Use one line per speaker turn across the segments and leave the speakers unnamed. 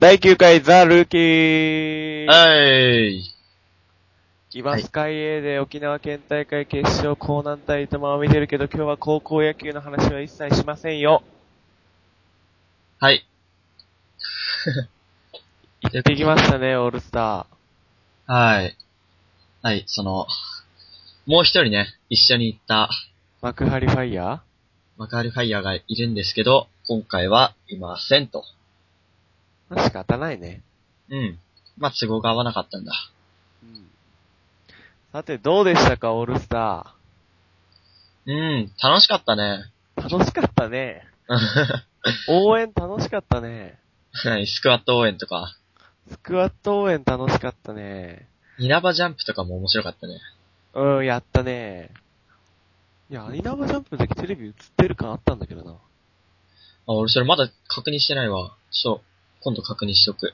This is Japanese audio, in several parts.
第9回ザ・ルーキー。
はい。
いますか、家で沖縄県大会決勝、高南対糸満を見てるけど、今日は高校野球の話は一切しませんよ。
はい。
やってきましたね、オールスタ
はい。はい、その、もう一人ね、一緒に行った
ー。幕張ファイヤ
マカールファイヤーがいるんですけど、今回はいませんと。
ーまあ仕方ないね。
うん。まあ、都合が合わなかったんだ。
うん。さて、どうでしたか、オールスタ
うん、楽しかったね。
ー。楽しかったね。応援楽しかったね。
はい、スクワット応援とか、
スクワット応援楽しかったね。
ニラバジャンプとかも面白かったね。
うん、やったね。いや、アニナバジャンプの時テレビ映ってる感あったんだけどな。
あ、俺それまだ確認してないわ。ちょっと、今度確認しとく。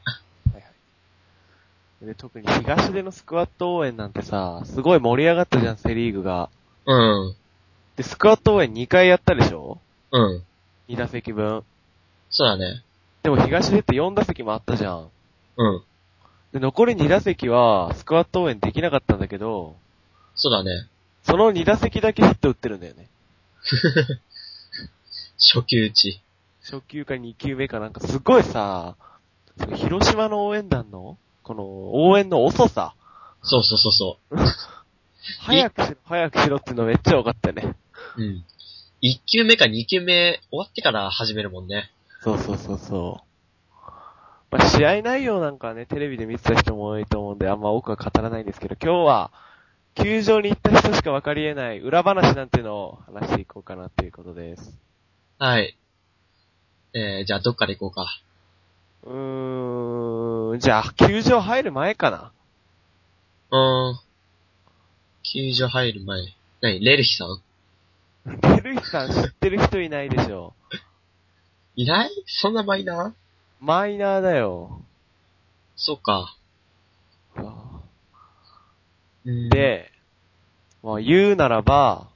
で、特に東出のスクワット応援なんてさ、すごい盛り上がったじゃん、セリーグが。
うん、
で、スクワット応援2回やったでしょ
うん。
?2 打席分。
そうだね。
でも東出って4打席もあったじゃん。
うん。
で、残り2打席は、スクワット応援できなかったんだけど、
そうだね。
その2打席だけヒット打ってるんだよね。
初級打ち。
初球か2球目かなんか、すごいさ、その広島の応援団の、この、応援の遅さ。
そうそうそうそう。
早くしろ、早くしろっていうのめっちゃ多かったよね。
うん。1球目か2球目終わってから始めるもんね。
そうそうそうそう。まあ、試合内容なんかはね、テレビで見てた人も多いと思うんで、あんま多くは語らないんですけど、今日は、球場に行った人しか分かり得ない裏話なんていうのを話していこうかなっていうことです。
はい。えー、じゃあどっから行こうか。
うーん、じゃあ、球場入る前かな
うーん。球場入る前。何レルヒさん
てるひさん知ってる人いないでしょ。
いないそんなマイナー
マイナーだよ。
そうか。うん、
で、まあ言うならば、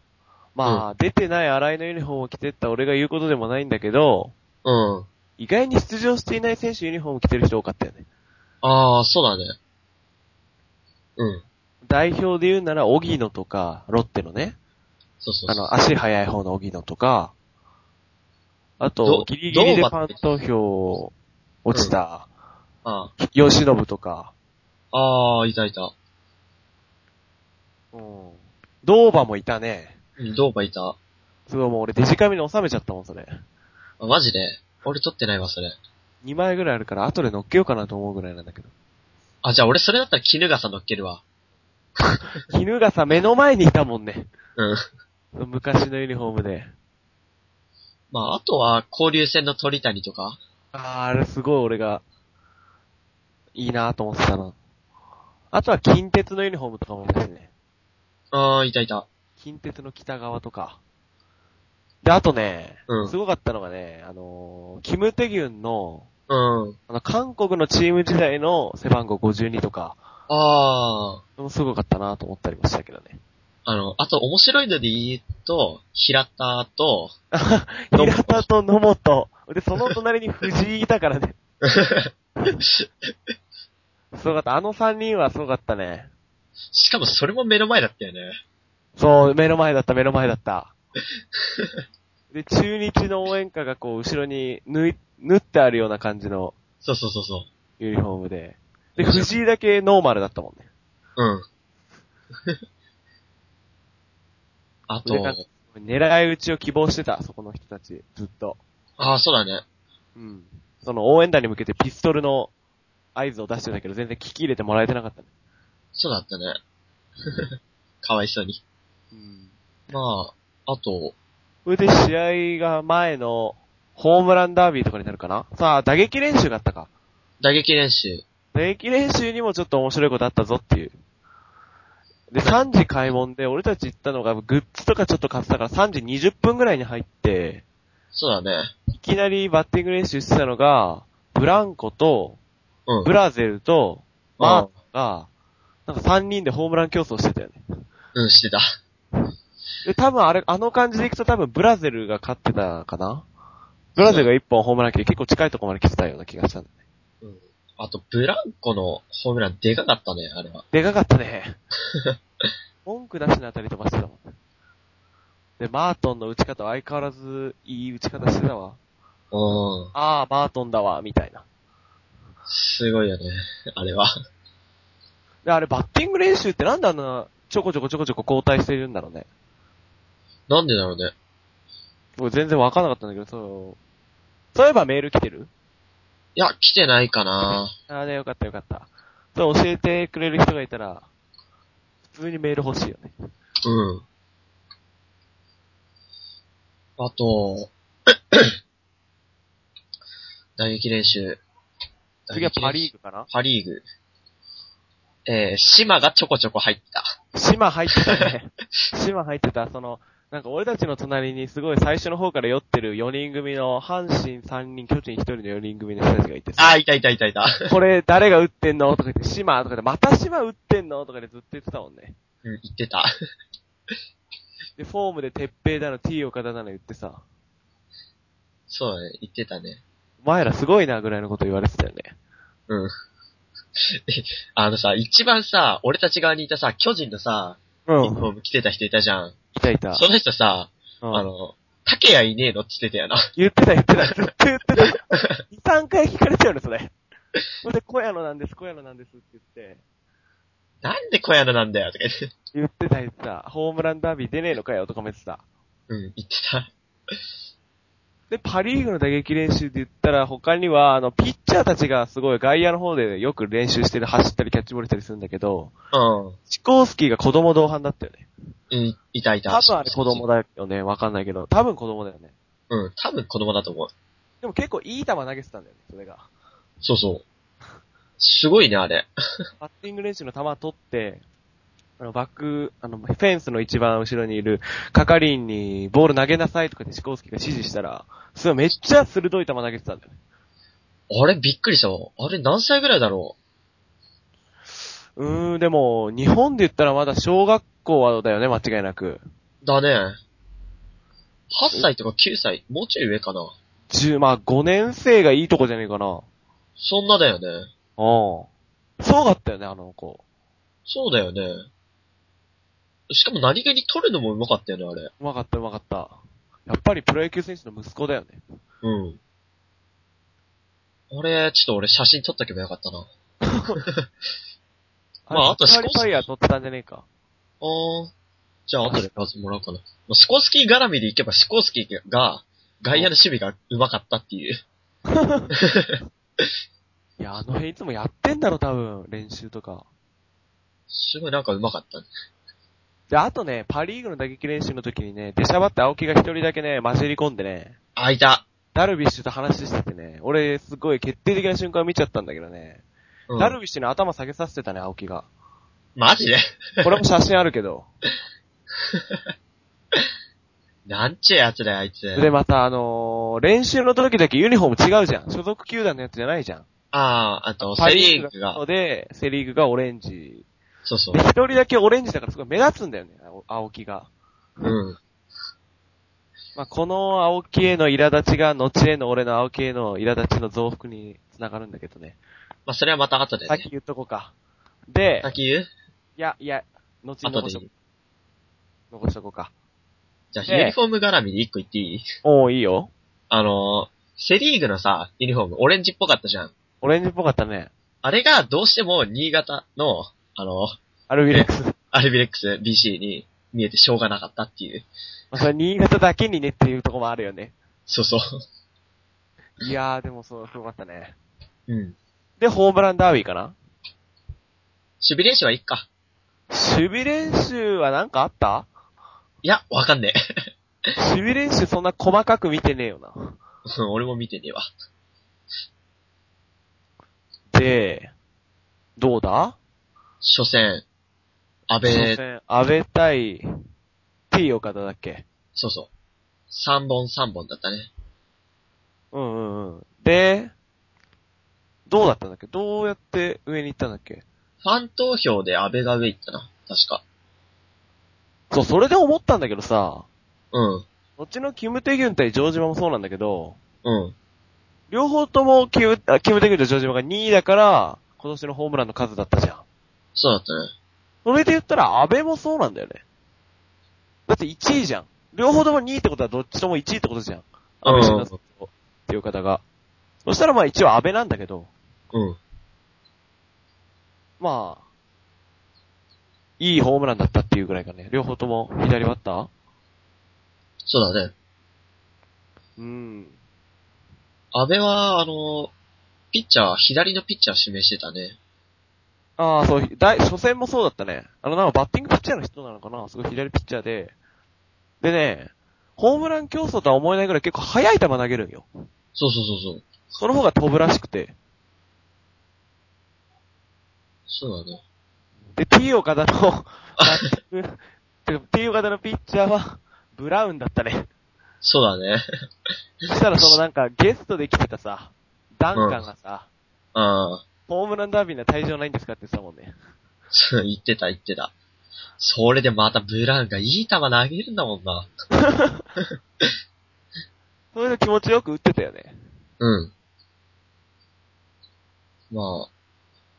まあ、出てない新井のユニフォームを着てった俺が言うことでもないんだけど、
うん。
意外に出場していない選手ユニフォーム着てる人多かったよね。
あー、そうだね。うん。
代表で言うなら、オギノとか、ロッテのね、
そうそうそう。
あの、足速い方のオギノとか、あ
ど
と、ギリギリでフ
どうだ
ァ
っ
ン
け
投票落ちた、
あ
吉信とか、
ーあー、いたいた。
うん。ドーバもいたね。
うん、ドーバいた。
すごいもう俺デジカメに収めちゃったもん、それ。
あマジで俺撮ってないわ、それ。
2枚ぐらいあるから、後で乗っけようかなと思うぐらいなんだ けど。
あ、じゃあ俺それだったら絹笠乗っけるわ。
絹がさ、目の前にいたもんね。
うん。
昔のユニフォームで。
まあ、あとは、交流戦の鳥谷とか
あー、あれすごい俺が、いいなと思ってたな。あとは近鉄のユニフォームとかもですね。
あー、いたいた。
近鉄の北側とか。で、あとね、
うん
すごかったのがね、あのーキム・テギュンの、
うん。
あの、韓国のチーム時代の背番号52とか、
ああ、
それもすごかったなと思ったりもしたけどね。
あの、あと面白いので言うと、平田と、野本
平田と野本。で、その隣に藤井いたから ね。すごかった。あの3人はすごかったね。
しかもそれも目の前だったよね。
そう、目の前だった、目の前だ った。で、中日の応援歌がこう、後ろに縫い、縫ってあるような感じの
そうそうそうそ
ユニフォームで。で、藤井だけノーマルだったもんね。
う。 うん。あ
でなんか
と、
狙い撃ちを希望してた、そこの人たち、ずっと。
ああ、そうだね。
うん。その応援団に向けてピストルの合図を出してたけど、全然聞き入れてもらえてなかったね。
そうだったね。 かわいそうに。
うん。
まあ、あと、
それで試合が前のホームランダービーとかになるかなさあ、打撃練習があったか。
打撃練習。
打撃練習にもちょっと面白いことあったぞっていう。で、3時開門で、俺たち行ったのが、グッズとかちょっと買ってたから、3時20分ぐらいに入って、
そうだね。
いきなりバッティング練習してたのが、ブランコと、
うん
ブ。ラゼルと、
うん
マートが、なんか3人でホームラン競争してたよね。
うん、してた。
で、多分あれ、あの感じでいくと多分ブラゼルが勝ってたかなブラゼルが1本ホームラン切り結構近いところまで来てたような気がしたんだよね。
うん。あと、ブランコのホームランでかかったね、あれは。
でかかったね。文句なしの当たり飛ばしてたもん。で、マートンの打ち方相変わらずいい打ち方してたわ。
うん。
あー、マートンだわ、みたいな。
すごいよね、あれは。
で、あれバッティング練習ってなんであんなちょこちょこちょこちょこ交代してるんだろうね。
なんでだろうね。
俺全然わかんなかったんだけど、そう。そういえばメール来てる
いや、来てないかな
ああね、よかったよかった。そう、教えてくれる人がいたら、普通にメール欲しいよね。
うん。あ と、打撃練習。
次はパリー
グ。
グかな
パリーグ。えー、島がちょこちょこ入った。
島入ってたね。島入ってた。その、なんか俺たちの隣にすごい最初の方から酔ってる4人組の、阪神3人、巨人1人の4人組の人たちがいてさ
あー、いたいたいたいた。
これ誰が打ってんのとか言って、島とかで、また島打ってんのとかでずっと言ってたもんね。
うん、言ってた。
で、フォームで鉄平だの、T 岡田だの言ってさ、
そうだね、言ってたね。
お前らすごいなぐらいのこと言われてたよね。
うん。あのさ、一番さ、俺たち側にいたさ、巨人のさ、
う
ユニフォーム着てた人いたじゃん。
いたいた。
その人さ、
うん
あの、竹谷いねえのって言ってたよな。
言ってた言ってた。ずっと言ってた。2、3回聞かれちゃうの、それ。それで、小屋のなんです、小屋のなんですって言って。
なんで小屋のなんだよとか言って。
言ってた言ってた。ホームランダービー出ねえのかよとかも言ってた。
うん、言ってた。
で、パリーグの打撃練習で言ったら、他には、あの、ピッチャーたちがすごい外野の方でよく練習してる、走ったりキャッチボールしたりするんだけど、
うん。
チコースキーが子供同伴だったよね。
うん、いたいた。
多分あれ子供だよね。わかんないけど。多分子供だよね。
うん、多分子供だと思う。
でも結構いい球投げてたんだよね、それが。
そうそう。すごいね、あれ。
バッティング練習の球取って、あの、バック、あの、フェンスの一番後ろにいる係員にボール投げなさいとかってシコースキーが指示したら、すごいめっちゃ鋭い球投げてたんだよね。
あれびっくりしたわ。あれ何歳ぐらいだろ
うーん、でも、日本で言ったらまだ小学校はだよね、間違いなく。
うだね。8歳とか9歳、もうちょい上かな。
10、まあ5年生がいいとこじゃねえかな。うん。
そんなだよね。
そうだったよね、あの子。
そうだよね。しかも何気に取るのもうまかったよね、あれ。
うまかった、うまかった。やっぱりプロ野球選手の息子だよね。
うん。あれ、ちょっと俺写真撮っとけばよかったな。まああと
ス
シコー
コ
ス
ース
キー
ファイヤー取ってたんじゃねえか。
あー。じゃあ後で画像もらおうかな。まあシコスキー絡みでいけばシコスキーが、外野の守備が上手かったっていう。
いや、あの辺いつもやってんだろ、多分、練習とか。
すごいなんか上手かったね。
で、あとね、パリーグの打撃練習の時にね、出しゃばって青木が一人だけね、混じり込んでね、
あ、いた。
ダルビッシュと話しててね、俺、すごい決定的な瞬間を見ちゃったんだけどね、
うん
ダルビッシュの頭下げさせてたね、青木が。
マジで
これも写真あるけど。
なんちゅうやつだよ、あいつ。
で、また、あのー練習の時だけユニフォーム違うじゃん。所属球団のやつじゃないじゃん。
あー、あと、セリーグ
パ
が、
で、セリーグがオレンジ。
そうそう
で、。一人だけオレンジだからすごい目立つんだよね、青青木が。
うん。
まあ、この青木への苛立ちが、後への俺の青木への苛立ちの増幅につながるんだけどね。
まあ、それはまた後でね
先。言っとこうか。で、
先言う
いや、いや、後に
後
残
で
し
い
とこ
い。
残しとこうか。
じゃあ、
で
ユニフォーム絡みで一個言っていい
おー、いいよ。
あのー、セリーグのさ、ユニフォーム、オレンジっぽかったじゃん。
オレンジっぽかったね。
あれが、どうしても、新潟の、あのー、
アルビレック ス。ま
アルビレックス BC に見えてしょうがなかったっていう。
あ、それ新潟だけにねっていうとこもあるよね。
そうそう。
いやー、でもそう、すごかったね。
うん。
で、ホームランダービーかな
守備練習はいっか。
守備練習はなんかあった
いや、わかんねえ。
守備練習そんな細かく見てねえよな。
うん俺も見てねえわ。
で、どうだ
初戦、安
初
倍、
戦、安倍対 T 岡田だっけ
そうそう。三本三本だったね。
うんうんうん。で、どうだったんだっけどうやって上に行ったんだっけ
ファン投票で安倍が上行ったな。確か。
そう、それで思ったんだけどさ、
うん。
こっちのキム・テギュン対城島もそうなんだけど、
うん。
両方ともキム、あキム・デグリとジョージ・マが2位だから、今年のホームランの数だったじゃん。
そうだったね。
それで言ったら、安倍もそうなんだよね。だって1位じゃん。両方とも2位ってことはどっちとも1位ってことじゃん。安倍晋三さんとっていう方が。そしたらまあ一応安倍なんだけど、
うん。
まあ、いいホームランだったっていうぐらいかね。両方とも左バッター
そうだね。
うん。
安倍は、あの、ピッチャー、左のピッチャー指名してたね。
ああ、そう、大、初戦もそうだったね。あの、なんかバッティングピッチャーの人なのかなすごい左ピッチャーで。でね、ホームラン競争とは思えないぐらい結構速い球投げるんよ。
そうそうそうそう。
その方が飛ぶらしくて。
そうだね。
で、T 岡田のバッティング、てか T 岡田のピッチャーは、ブラウンだったね。
そうだね。
そしたらそのなんか、ゲストで来てたさ、ダンカンがさ、
ああ、
ホームランダービーの退場ないんですかって言ってたもんね。
そう 言ってた言ってた。それでまたブラウンがいい球投げるんだもんな。
それで気持ちよく打ってたよね。
うん。まあ、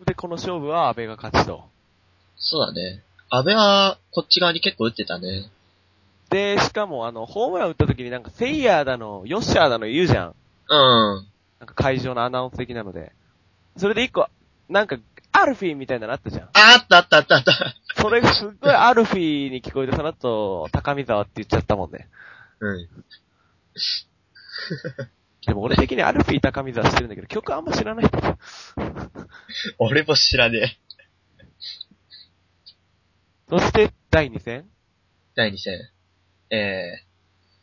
で、この勝負は安倍が勝ちと。
そうだね。安倍は、こっち側に結構打ってたね。
で、しかもあの、ホームラン打った時になんか、セイヤーだの、ヨッシャーだの言うじゃん。
うん。
なんか会場のアナウンス的なので。それで一個、なんか、アルフィーみたいなのあったじゃん。
あったあったあったあった。
それがすっごいアルフィーに聞こえて、その後、高見沢って言っちゃったもんね。
うん。
でも俺的にアルフィー高見沢してるんだけど、曲あんま知らない。
俺も知らねえ。
そして、第2戦
第2戦。えー、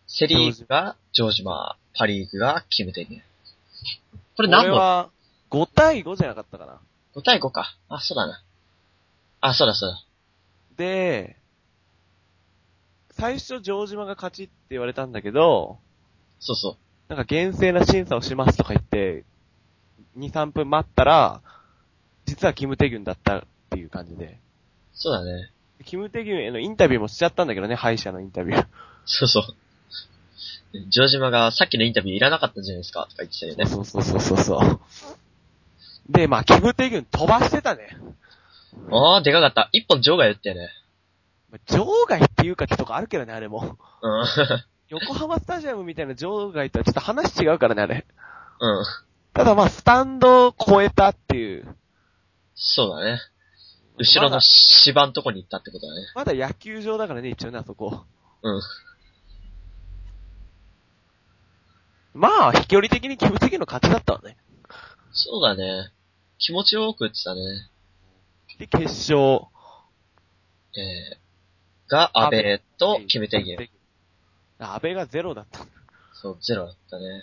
セリーグがジョージマー、パリーグがキムテニュー。こ
こ
れ何本
は、5対5じゃなかったかな。
?5 対5か。あ、そうだな。あ、そうだそうだ。
で、最初、城島が勝ちって言われたんだけど、
そうそう。
なんか厳正な審査をしますとか言って、2、3分待ったら、実はキムテギュンだったっていう感じで。
そうだね。
キムテギュンへのインタビューもしちゃったんだけどね、敗者のインタビュー。
そうそう。ジョージマがさっきのインタビューいらなかったんじゃないですかとか言ってたよね。
そうそうそうそうそう。で、まあ、キムテギュン飛ばしてたね。
あー、でかかった。一本場外打ったよね。
まあ場外っていうかってとこあるけどね、あれ も。
うん。
横浜スタジアムみたいな場外とはちょっと話違うからね、あれ。
うん。
ただまあ、スタンドを超えたっていう。
そうだね。後ろ
ま
の
だ
芝のとこに行ったってことだね。
まだ野球場だからね、一応ね、あそこ。
うん。
まあ、飛距離的にキムテギュンの勝ちだったわね。
そうだね。気持ちよく打ってたね。
で、決勝。
えー、が、安倍とキムテギュー。
あ安倍がゼロだった。
そう、ゼロだったね。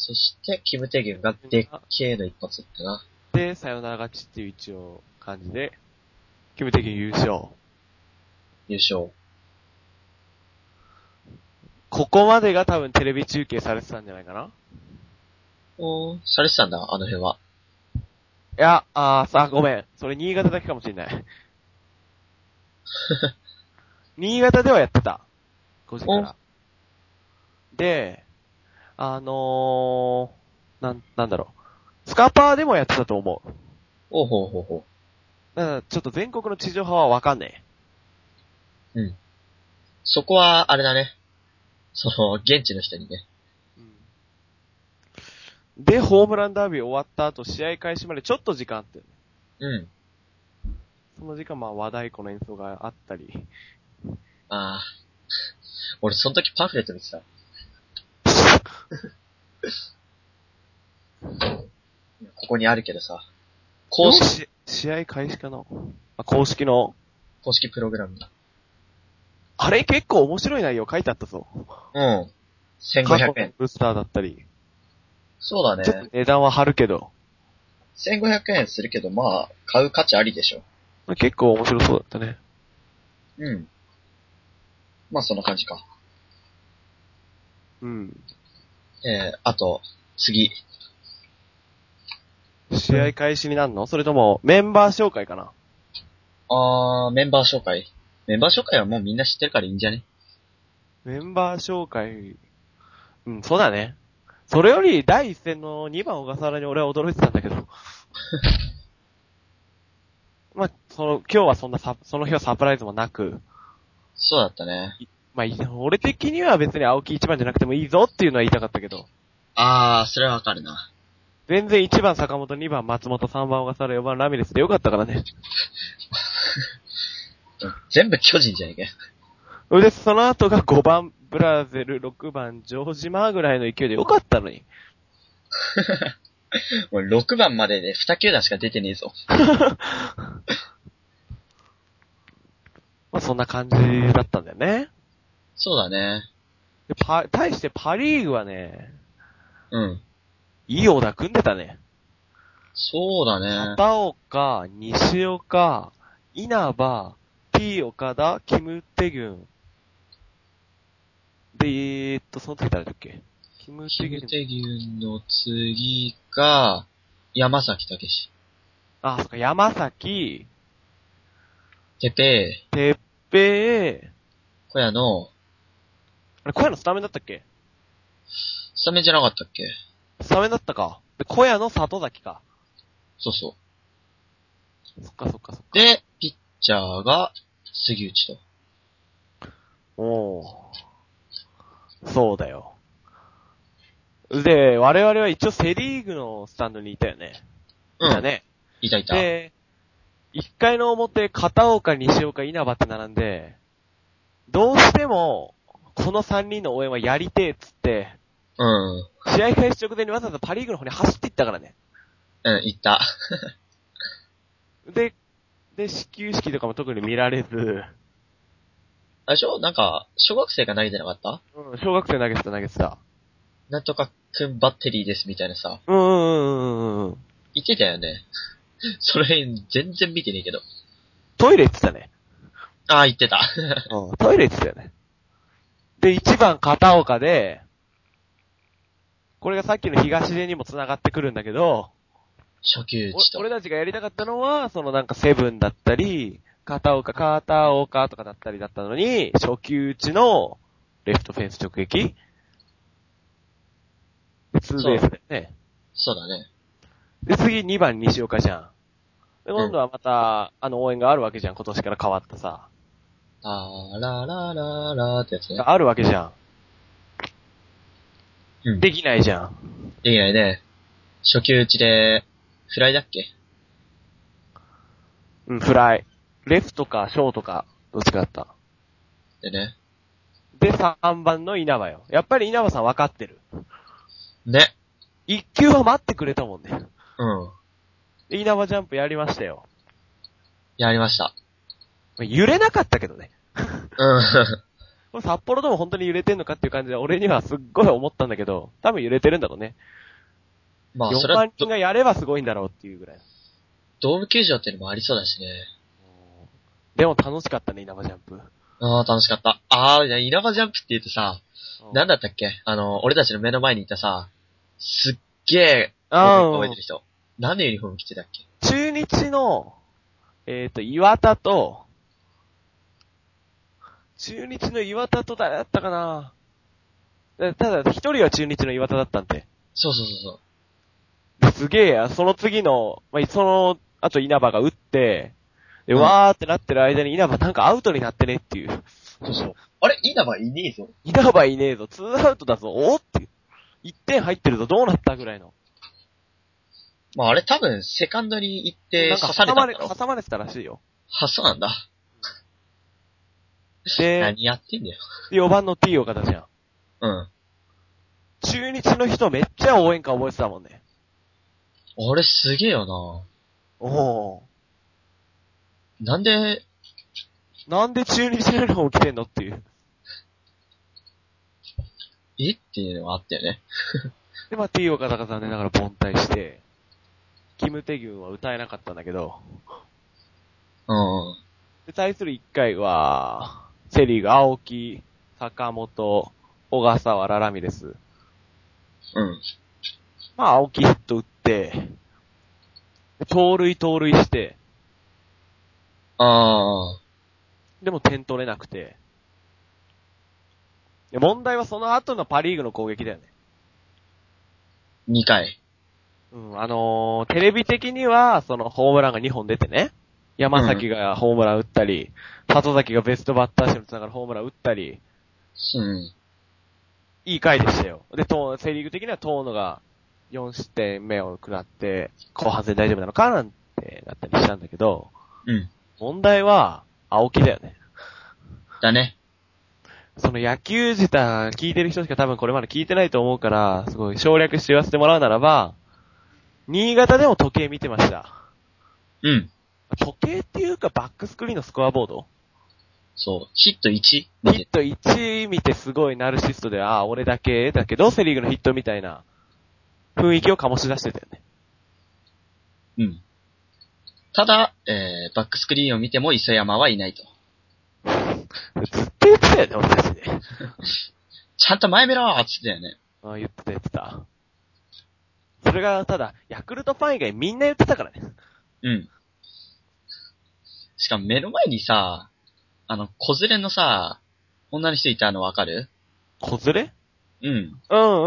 そして、キム・テギュンがでっけえの一発だったな。
で、サヨナラ勝ちっていう一応感じで、キムテギュン優勝。
優勝。
ここまでが多分テレビ中継されてたんじゃないかな
おー、されてたんだ、あの辺は。
いや、あーさあ、ごめん。それ新潟だけかもしれ ない。新潟ではやってた。5時から。で、あのー、なん、なんだろう。スカパーでもやってたと思う。
おうほうほうほう。
だからちょっと全国の地上波はわかんねえ。
そこは、あれだね。その、現地の人にね。
で、ホームランダービー終わった後、試合開始までちょっと時間あって、
うん。
その時間、まあ、和太鼓の演奏があったり、
あー。俺、その時パンフレット見て た。いやここにあるけどさ。公式、
式試合開始かなあ公式の、
公式プログラムだ。
あれ結構面白い内容書いてあったぞ。
うん。1500
過去の
円。
ブースターだったり。
そうだね。
ちょっと値段は張るけど、
1500円するけど、まあ、買う価値ありでしょ。
結構面白そうだったね。
うん。まあ、そんな感じか。
うん。
えー、あと、次。
試合開始になるのそれとも、メンバー紹介かな
あー、メンバー紹介。メンバー紹介はもうみんな知ってるからいいんじゃね
メンバー紹介、うん、そうだね。それより第一戦の2番小笠原に俺は驚いてたんだけど。まあ、その、今日はそんなサ、その日はサプライズもなく、
そうだったね。
まあ、い俺的には別に青木1番じゃなくてもいいぞっていうのは言いたかったけど、
あー、それはわかるな。
全然1番坂本、2番松本、3番小笠原、4番ラミレスでよかったからね。
全部巨人じゃねえかよ。
で、その後が5番ブラゼル、6番ジョージマーぐらいの勢いでよかったのに。
もう6番までで2球団しか出てねえぞ。
まあ、そんな感じだったんだよね。
そうだね。
で、パ、対してパリーグはね、
うん。
いいオーダー組んでたね。
そうだね。
片岡、西岡、稲葉、T 岡田、キムテグン。で、えーっと、その時誰だっけキムテ
キ
グ
ム
ン。
テギュの次が、山崎武史。
あ、そっか、山崎、
てぺ
てっぺ
ー、小屋の、
あれ、小屋のスタメンだったっけ
スタメンじゃなかったっけ
スタメンだったか。で、小屋の里崎か。
そうそう。
そっかそっかそっか。
で、ピッチャーが杉内と。
おー。そうだよ。で、我々は一応セリーグのスタンドにいたよね。
う
いた
ん。
ね。
いたいた。
で、一回の表、片岡、西岡、稲葉って並んで、どうしても、この三人の応援はやりてえっつって、
うん。
試合開始直前にわざわざパリーグの方に走っていったからね。
うん、いた。
で、で、始球式とかも特に見られず、
あれでしょなんか、小学生が投げてなかった
うん、小学生投げてた投げてた。
なんとかくんバッテリーですみたいなさ。
うんうんうんうんうん。
言ってたよね。 それ、全然見てねえけど。
トイレ行ってたね。
ああ、言ってた。
うん、トイレ行ってたよね。で、一番片岡で、これがさっきの東出にも繋がってくるんだけど、
初級打ち
お
と。
俺たちがやりたかったのは、そのなんかセブンだったり、片岡、片岡とかだったりだったのに、初級打ちのレフトフェンス直撃でツーベースだよね。
そうだね。
で、次2番西岡じゃん。で、今度はまた、あの応援があるわけじゃん、今年から変わったさ。
あーららららーってやつね。
あるわけじゃ
うん
ん。できないじゃん。
できないね。初級打ちで、フライだっけ
うん、フライ。レフトか、ショートか、どっちかだった。
でね。
で、3番の稲葉よ。やっぱり稲葉さん分かってる。
ね。
1球は待ってくれたもんね。
うん。
で稲葉ジャンプやりましたよ。
やりました。
揺れなかったけどね。
うん。
これ札幌でも本当に揺れてんのかっていう感じで、俺にはすっごい思ったんだけど、多分揺れてるんだろうね。
まあ、そ
4
れは
万
ド
人、がやればすごいんだろうっていうぐらい。
ドーム球場っていうのもありそうだしね。
でも楽しかったね、稲葉ジャンプ。
ああ、楽しかった。ああ、いや、稲葉ジャンプって言うとさ、なんだったっけあの、俺たちの目の前にいたさ、すっげえ、
あー
覚えてる人。何のユニフォーム着てたっけ
中日の、えっ、と、岩田と、中日の岩田と誰だったかなだただ、一人は中日の岩田だったんで。
そうそうそうそう。
ですげえ、その次の、まあ、その、あと稲葉が打って、で、
うん
わーってなってる間に稲葉なんかアウトになってねっていう。
そうそう。あれ稲葉いねえぞ。
稲葉いねえぞ、ツーアウトだぞ、おーって。一点入ってるぞ、どうなったぐらいの。
まああれ多分、セカンドに行って
なん
刺
か
され
挟
た
ま
ん
れ、
だろ。
挟まれてたらしいよ。
は、そうなんだ。
で、
何やってんだよ。
4番の T 岡田じゃん。
うん。
中日の人めっちゃ応援歌覚えてたもんね。
あれすげえよな。
おお。
なんで、
なんで中日のユニフォーム着てんのっていう。
えっていうのがあったよね。
で、まあ、T 岡田が残念ながら凡退して、キムテギュンは歌えなかったんだけど、
うん。
で、対する1回は、セリーが青木、坂本、小笠原ラミレス。
うん。
まあ、青木ヒット打って、で盗塁盗塁して、
ああ。
でも点取れなくて、や問題はその後のパリーグの攻撃だよね。
2回。
うん、あのーテレビ的には、その、ホームランが2本出てね。山崎がホームラン打ったり、里崎がベストバッター賞につながるホームラン打ったり、
うん。
いい回でしたよ。で、トーセリーグ的には遠野が4失点目を食らって、後半戦大丈夫なのかなんてなったりしたんだけど、
うん。
問題は、青木だよね。
だね。
その野球自体聞いてる人しか多分これまで聞いてないと思うから、すごい省略して言わせてもらうならば、新潟でも時計見てました。
うん。
時計っていうかバックスクリーンのスコアボード
そう。ヒット 1?
ヒット1見てすごいナルシストで、ああ、俺だけだけど、セリーグのヒットみたいな雰囲気を醸し出してたよね。
うん。ただ、えー、バックスクリーンを見ても磯山はいないと。
ずっと言ってたよね、俺たちね。
ちゃんと前見ろーっつってたよね。
ああ、言ってた言ってた。それが、ただ、ヤクルトファン以外みんな言ってたからね。
うん。しかも目の前にさ、あの、子連れのさ、女の人いたのわかる
子連れ
うん。
うんうんう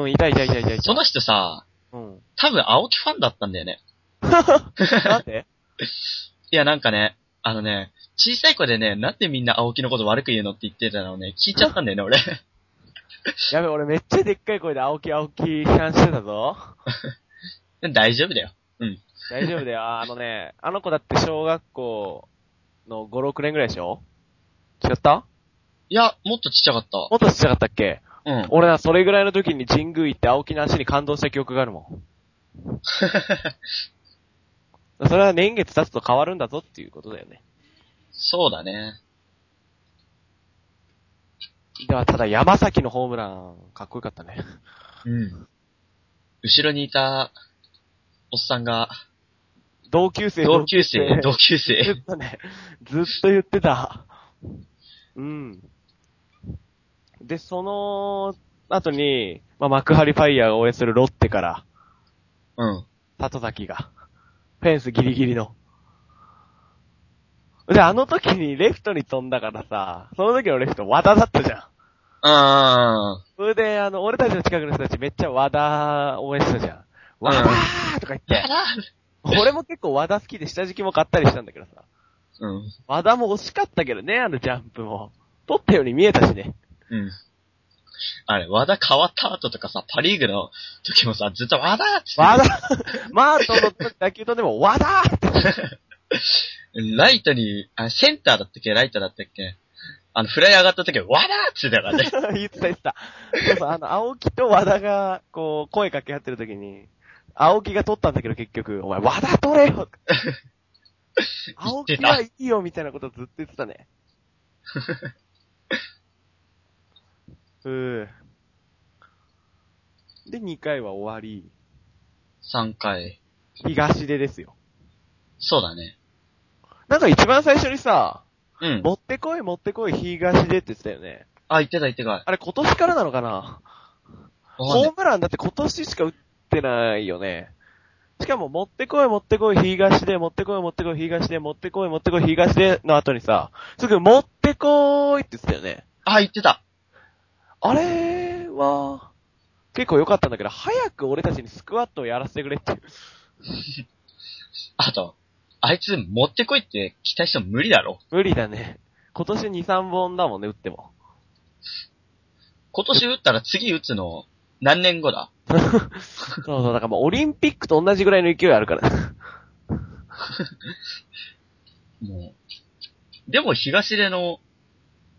んうん、いたいたいたいたいた。
その人さ、
うん。
多分青木ファンだったんだよね。
なんで
いや、なんかね、あのね、小さい子でね、なんでみんな青木のこと悪く言うのって言ってたのをね、聞いちゃったんだよね、俺。
やべ、俺めっちゃでっかい声で青木青木批判してたぞ。
大丈夫だよ。
大丈夫 だよ。ああのね、あの子だって小学校の5、6年ぐらいでしょ違った
いや、もっとちっちゃかった。
もっとちっちゃかったっけ
うん。
俺はそれぐらいの時に神宮行って青木の足に感動した記憶があるも ん。それは年月経つと変わるんだぞっていうことだよね。
そうだね。
では、ただ山崎のホームラン、かっこよかったね。
うん。後ろにいた、おっさんが、
同級生
同級生、同級
ず
生。
っとね、ずっと言ってた。うん。で、その後に、まあ、幕張ファイヤーが応援するロッテから、
うん。
里崎が、フェンスギリギリの。で、あの時にレフトに飛んだからさ、その時のレフト和田だったじゃん。
あ
それで、あの、俺たちの近くの人たちめっちゃ和田応援してたじゃん。和田ーとか言っ
ー。や
て。
だ
俺も結構和田好きで下敷きも買ったりしたんだけどさ。
うん。
和田も惜しかったけどね、あのジャンプも。取ったように見えたしね。
うん。あれ、和田変わった後とかさ、パリーグの時もさ、ずっと和田っつっ
和田マートの打球とでも和田って。
て、ライトに、あセンターだったっけライトだったっけあの、フライ上がった時、和田っつってたから ね。
言ってた言ってた。そうそう、あの、青木と和田が、こう、声かけ合ってる時に、青木が取ったんだけど結局、お前和田取れよ青木はいいよみたいなことずっと言ってたね。うー。で、2回は終わり、
3回。
東出ですよ。
そうだね。
なんか一番最初にさ、
うん。
持ってこい持ってこい東出って言ってたよね。
あ、言ってた言ってた。わ
あれ今年からなのかな
かん
ホ
ない
ームランだって今年しか打ってないよね。しかも持ってこい持ってこい東出持ってこい持ってこい東出持ってこい持ってこい東出の後にさ、すぐ持ってこいって言ってたよね。
あ、言ってた。
あれは、結構良かったんだけど、早く俺たちにスクワットをやらせてくれっていう。
あと、あいつ持ってこいって期待しても無理だろ。
無理だね。今年2、3本だもんね、打っても。
今年打ったら次打つの、何年後だ
そうそう、だからもうオリンピックと同じぐらいの勢いあるから。
もう。でも東出の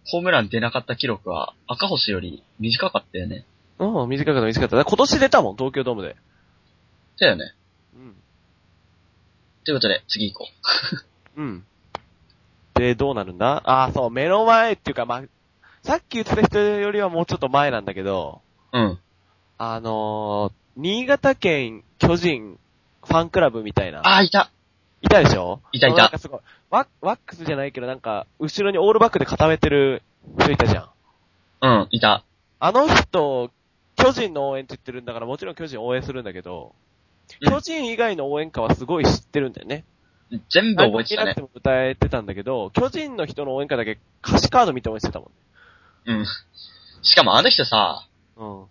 ホームラン出なかった記録は赤星より短かったよね。
うん、短かった短かった。だから今年出たもん、東京ドームで。
だよね。
うん。
ということで、次行こう。
うん。で、どうなるんだああ、そう、目の前っていうか、まあ、さっき言ってた人よりはもうちょっと前なんだけど、
うん。
あのー、新潟県巨人ファンクラブみたいな。
あー、いた
いたでしょ
いたいた
なんかすごい。ワワックスじゃないけど、なんか、後ろにオールバックで固めてる人いたじゃん。
うん、いた。
あの人、巨人の応援って言ってるんだから、もちろん巨人応援するんだけど、
うん
巨人以外の応援歌はすごい知ってるんだよね。
全部覚えて
何も聞いな
た
く
ね
て。も歌えてたんだけど、巨人の人の応援歌だけ歌詞カード見て応援してたもん。
うん。しかもあの人さ、
うん。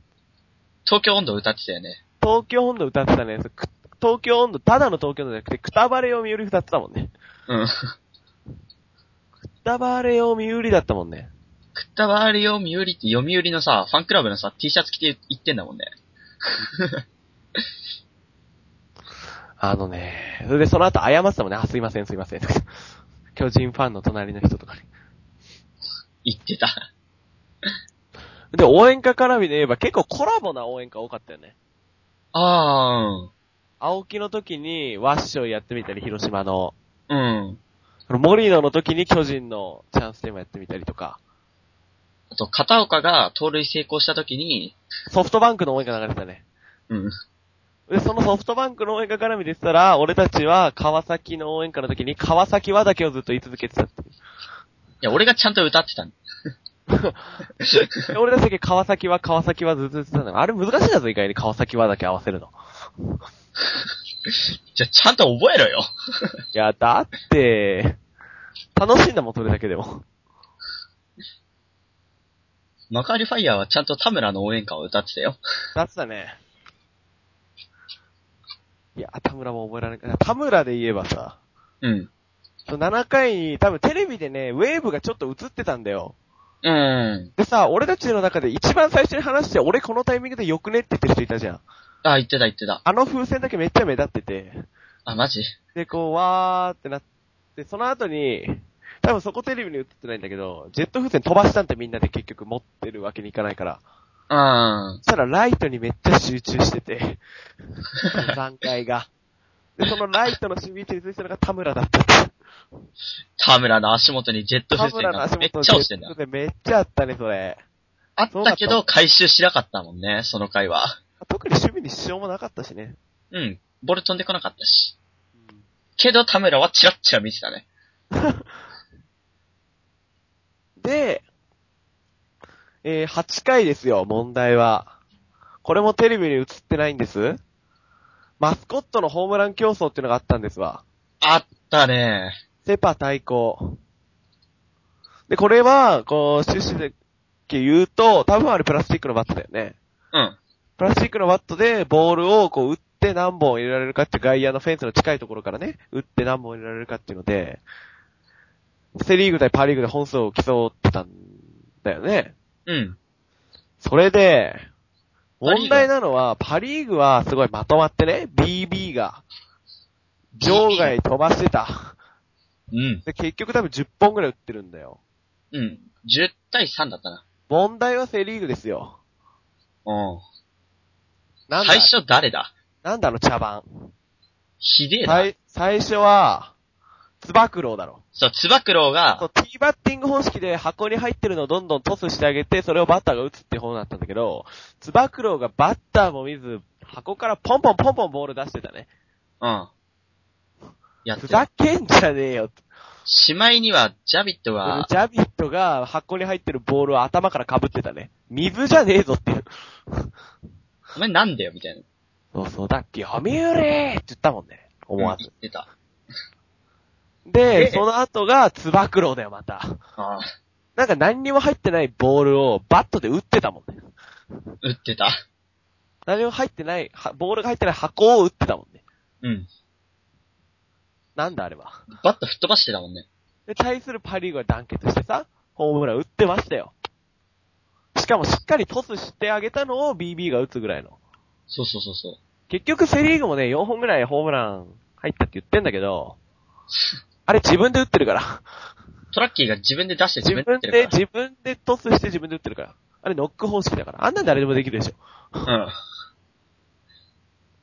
東京温度歌ってたよね。
東京温度歌ってたね。そうく東京温度、ただの東京温度じゃなくて、くたばれを見売り歌ってたもんね。
うん。
くたばれを見売りだったもんね。
くったばりよみうりって読売のさ、ファンクラブのさ、T シャツ着て行ってんだもんね。
あのね、それでその後謝ってたもんね。あ、すいません、すいません。 巨人ファンの隣の人とかに。
行ってた。
で、応援歌絡みで言えば結構コラボな応援歌多かったよね。
あ
青木の時にワッショイやってみたり、広島の。
ー、うん。
その森野の時に巨人のチャンステーマやってみたりとか。
あと、片岡が盗塁成功した時に、
ソフトバンクの応援歌流れてたね。
うん。
で、そのソフトバンクの応援歌絡みで言ったら、俺たちは川崎の応援歌の時に川崎はだけをずっと言い続けてたっていう。
いや、俺がちゃんと歌ってた ん
で俺たちだけ川崎は川崎はずっと言ってたんだよあれ難しいんだぞ、意外に川崎はだけ合わせるの。
じゃ、ちゃんと覚えろよ。
いや、だって、楽しいんだもん、それだけでも。
マカリファイヤーはちゃんと田村の応援歌を歌ってたよ。
だってたね。いや、田村も覚えられない。田村で言えばさ、
うん。
その7回に多分テレビでね、ウェーブがちょっと映ってたんだよ。
うん。
でさ、俺たちの中で一番最初に話して、俺このタイミングでよくねって言ってる人いたじゃん。
あ、言ってた言ってた。
あの風船だけめっちゃ目立ってて。
あ、マジ
で、こう、わーってなって、その後に、多分そこテレビに映ってないんだけど、ジェット風船飛ばしたんってみんなで結局持ってるわけにいかないから。
うん。
そしたらライトにめっちゃ集中して て、段階が。で、そのライトの守備位置についてたのが田村だったって。
田村の足元にジェット
田
風船
村の
が
足
めっち
元
ゃ
の
落ちてんだ。
でめっちゃあったね、それ。
あったけど回収しなかったもんね、その回は。
特に守備に支障もなかったしね。
うん。ボール飛んでこなかったし。けど田村はチラッチラ見てたね。
で、えー8回ですよ、問題は。これもテレビに映ってないんです。マスコットのホームラン競争っていうのがあったんですわ。
あったね。
セパ対抗。で、これは、こう、趣旨で言うと、多分あれプラスチックのバットだよね。
うん。
プラスチックのバットでボールをこう打って何本入れられるかって外野のフェンスの近いところからね、打って何本入れられるかっていうので、セリーグ対パーリーグで本数を競ってたんだよね。
うん。
それで、
パリーグ
問題なのは、パリーグはすごいまとまってね、BB が、場外飛ばしてた。
うん。
で、結局多分10本ぐらい打ってるんだよ。
うん。10対3だったな。
問題はセリーグですよ。
うん。
なんだ
最、初誰だ
なんだあの茶番。
ひでえな。
最、最初は、つば九郎だろ。
そう、つば九郎
そう、
が、
ティーバッティング方式で箱に入ってるのをどんどんトスしてあげて、それをバッターが打つって方だったんだけど、つば九郎がバッターも見ず、箱からポンポンポンポンボール出してたね。
うん。やって
ふざ。
た
けんじゃねえよって。
しまいには、ジャビットが、
ジャビットが箱に入ってるボールを頭から被ってたね。水じゃねえぞっていう。
お前なんだよ、みたいな。
そうそう、だっけ、読売って言ったもんね。思わ
言
ず。
ってた。
で、
え
その後が、つば九郎だよ、また。
ああ、
なんか何にも入ってないボールをバットで打ってたもんね。
打ってた。
何も入ってない、はボールが入ってない箱を打ってたもんね。
うん。
なんだあれは。
バット吹っ飛ばしてたもんね。
で、対するパリーグは団結してさ、ホームラン打ってましたよ。しかもしっかりトスしてあげたのを BB が打つぐらいの。
そうそうそうそう。
結局セリーグもね、4本ぐらいホームラン入ったって言ってんだけど、あれ自分で打ってるから。
トラッキーが自分で出して自
自
分で打
分
ってる
で、
か
自分でトスして自分で打ってるから。あれノック方式だから。あんなん誰でもできるでしょ。
ら。うん。
っ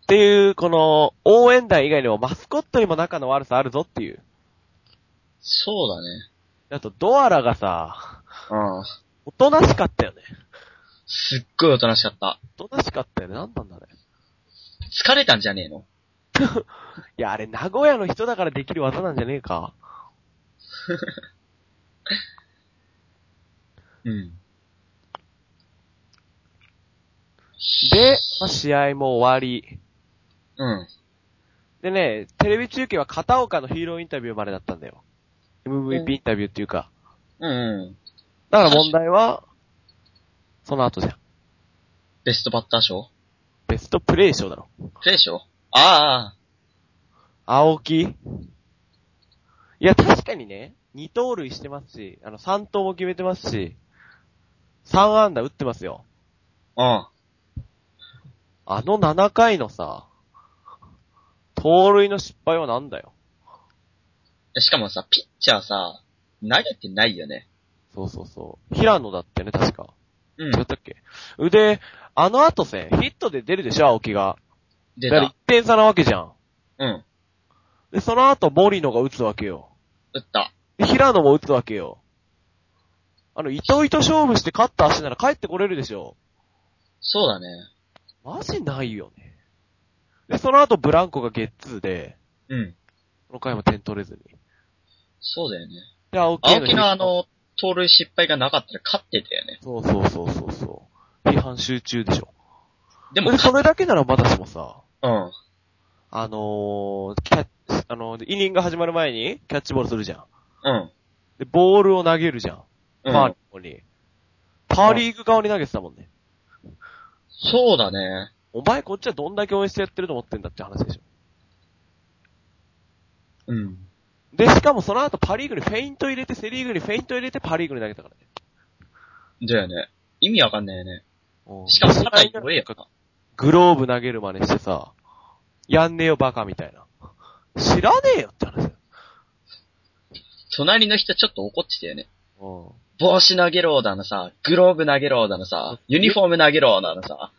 ていう、この、応援団以外にもマスコットにも仲の悪さあるぞっていう。
そうだね。
あと、ドアラがさ、
うん。
おとなしかったよね。
すっごいおとなしかった。
おとなしかったよね。なんなんだね。
疲れたんじゃねえの
いや、あれ、名古屋の人だからできる技なんじゃねえか。
うん。
で、まあ、試合も終わり。
うん。
でね、テレビ中継は片岡のヒーローインタビューまでだったんだよ。MVP インタビューっていうか。
うんうん。
だから問題は、その後じゃん。
ベストバッター賞
ベストプレイ賞だろ。
プレイ賞ああ、
青木いや、確かにね、2盗塁してますし、あの、3盗も決めてますし、3安打打ってますよ。
うん。
あの7回のさ、盗塁の失敗はなんだよ。
しかもさ、ピッチャーさ、投げてないよね。
そうそうそう。平野だってね、確か。
う
違っ。たっけで、あの後せ、ヒットで出るでしょ、青木が。
出
だから1
た。
点差なわけじゃん。
うん。
で、その後、森野が打つわけよ。
打った。
で、平野も打つわけよ。あの、糸糸勝負して勝った足なら帰ってこれるでしょ。
そうだね。
マジないよね。で、その後、ブランコがゲッツーで、
うん。
この回も点取れずに。
そうだよね。
で、青木へ
青木のあ、の、盗塁失敗がなかったら勝ってたよね。
そうそうそうそうそう。批判集中でしょ。で
でも、
も、それだけならまだしもさ、
うん。
あのー、キャッあのーイニングが始まる前に、キャッチボールするじゃん。
うん。
で、ボールを投げるじゃん。
う
パーリー。
ん
の方に。パーリーグ側に投げてたもんね。
そうだね。
お前こっちはどんだけ応援してやってると思ってんだって話でしょ。
うん。
で、しかもその後パリーグにフェイント入れて、セリーグにフェイント入れて、パリーグに投げたからね。
だよね。意味わかんないよね。
うん
しかも、
で
さらに上やから。
グローブ投げる真似してさ、やんねえよバカみたいな。知らねえよって話だ
隣の人ちょっと怒ってたよね。
よ。
帽子投げろだのさ、グローブ投げろだのさ、ユニフォーム投げろだのさ。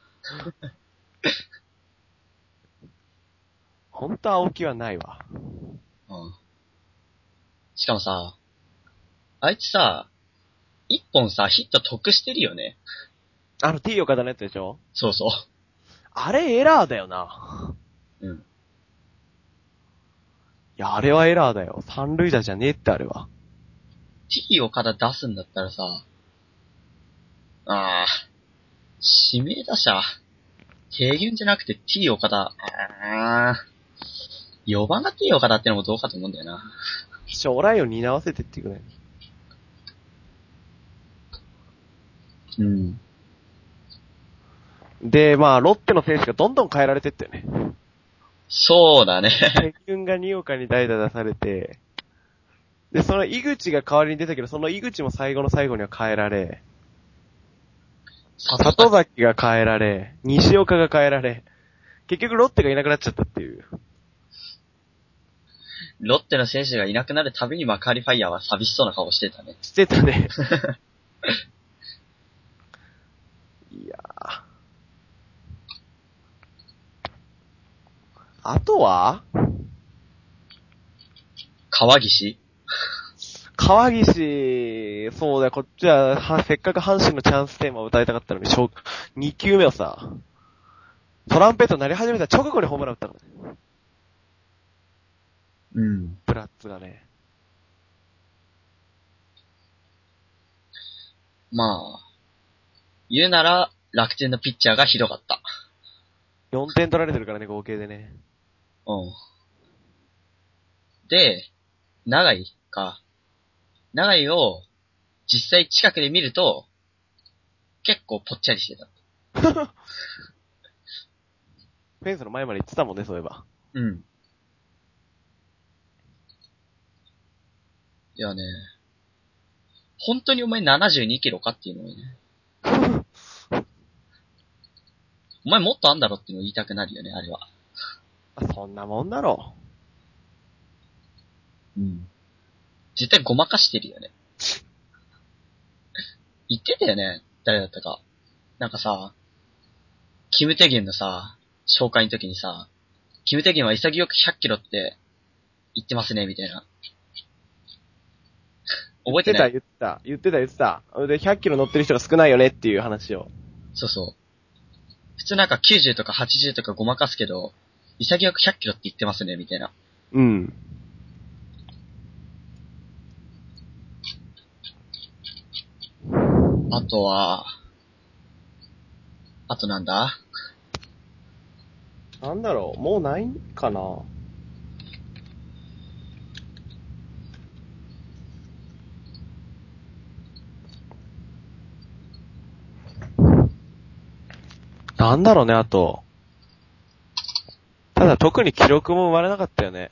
ほんと青木はないわ。
うん。しかもさ、あいつさ、一本さ、ヒット得してるよね。
あの T 岡田のやつでしょ
そうそ
あれエラーだよな。
う。うん。
いや、あれはエラーだよ。三塁打じゃねえってあれは。
T 岡田出すんだったらさ、あー、指名打者、低減じゃなくて T 岡田、あー、4番が T 岡田ってのもどうかと思うんだよな。
将来を担わせてってくらい。
うん。
で、まあ、ロッテの選手がどんどん変えられてったよね。
そうだね。
鉄君が二岡に代打出されて、で、その井口が代わりに出たけど、その井口も最後の最後には変えられ、里崎が変えられ、西岡が変えられ、結局ロッテがいなくなっちゃったっていう。
ロッテの選手がいなくなるたびにマカリファイヤーは寂しそうな顔してたね。
してたね。いやーあとは
川岸
川岸、そうだよ、こっちは、はせっかく阪神のチャンステーマを歌いたかったのに、勝2球目をさ、トランペット鳴り始めた直後にホームラン打ったのね。
うん。
ブラッツがね。
まあ、言うなら、楽天のピッチャーがひどかった。
4点取られてるからね、合計でね。
うん。で、長井か。長井を、実際近くで見ると、結構ぽっちゃりしてた。
フェンスの前まで行ってたもんね、そういえば。
うん。いやね、本当にお前72キロかっていうのがね。 お前もっとあんだろっていうのを言いたくなるよね、あれは。
あ、そんなもんだろ
うん。絶対ごまかしてるよね。 言ってたよね、誰だったか。なんかさ、キムテギンのさ、紹介の時にさ、キムテギンは潔く100キロって言ってますね、み たいな。覚えて
言ってた、
ない
言ってた、言ってた、言ってた。で、100キロ乗ってる人が少ないよねっていう話を。
そうそう。普通なんか90とか80とかごまかすけど、潔く100キロって言ってますね、みたいな。
うん。
あとは、あとなんだ
なんだろう、もうないんかななんだろうね、あと。ただ特に記録も生まれなかったよね。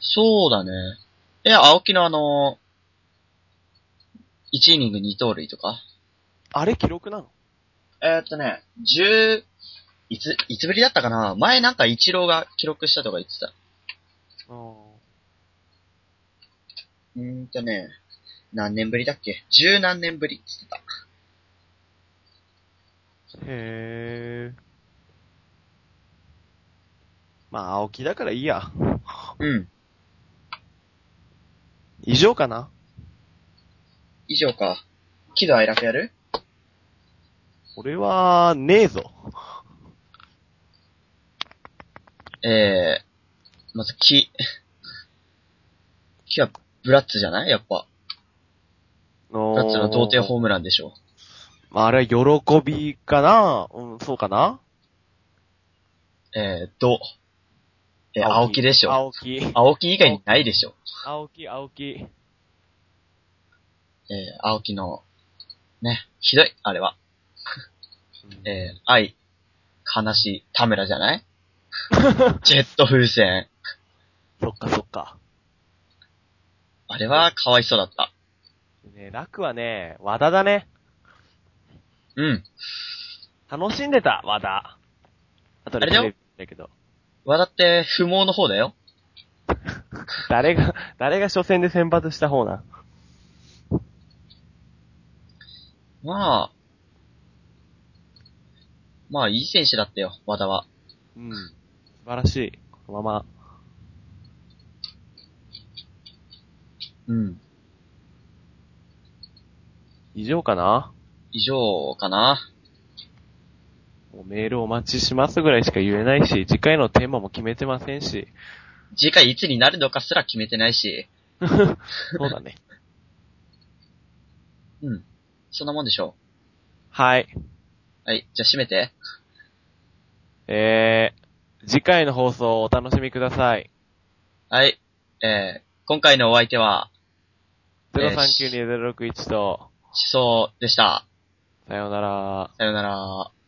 そうだね。え、青木のあの、1イニング2盗塁とか
あれ記録なの
えーっとね、10、いつ、いつぶりだったかな前なんか一郎が記録したとか言ってた。うーんとね、何年ぶりだっけ十何年ぶりって言って
へ
た。
え。まあ、青木だからいいや。
うん。
以上かな
以上か。喜怒哀楽やる
俺は、ねえぞ。
えー、まず、木。 木は、ブラッツじゃないやっぱ。ブ
の
ラッツの童貞ホームランでしょ。
まあ、あれは喜びかなうん、そうかな
えー、ど。えー、青木でしょ。
青木。
青木以外にないでしょ。
青木、青木。
えー、青木の、ね、ひどい、あれは。えー、愛、悲しい、田村じゃないジェット風船。
そっかそっか。
あれは、かわいそうだった。
ね、楽はね、和田だね。
うん。
楽しんでた、和田。あと
あれだよ
だけど。
和田って、不毛の方だよ。
誰が、 誰が初戦で選抜した方な。
まあ、まあ、いい選手だったよ、和田は。
うん。素晴らしい。このまま。
うん。
以上かな
以上かな。
もうメールお待ちしますぐらいしか言えないし、次回のテーマも決めてませんし。
次回いつになるのかすら決めてないし、
そうだね。
うん。そんなもんでしょ
はい。
う。はい、じゃあ閉めて。
えー、次回の放送をお楽しみください。
はい。えー、今回のお相手は、よし
0392-061と、
思想でした。
さようなら。
さよなら。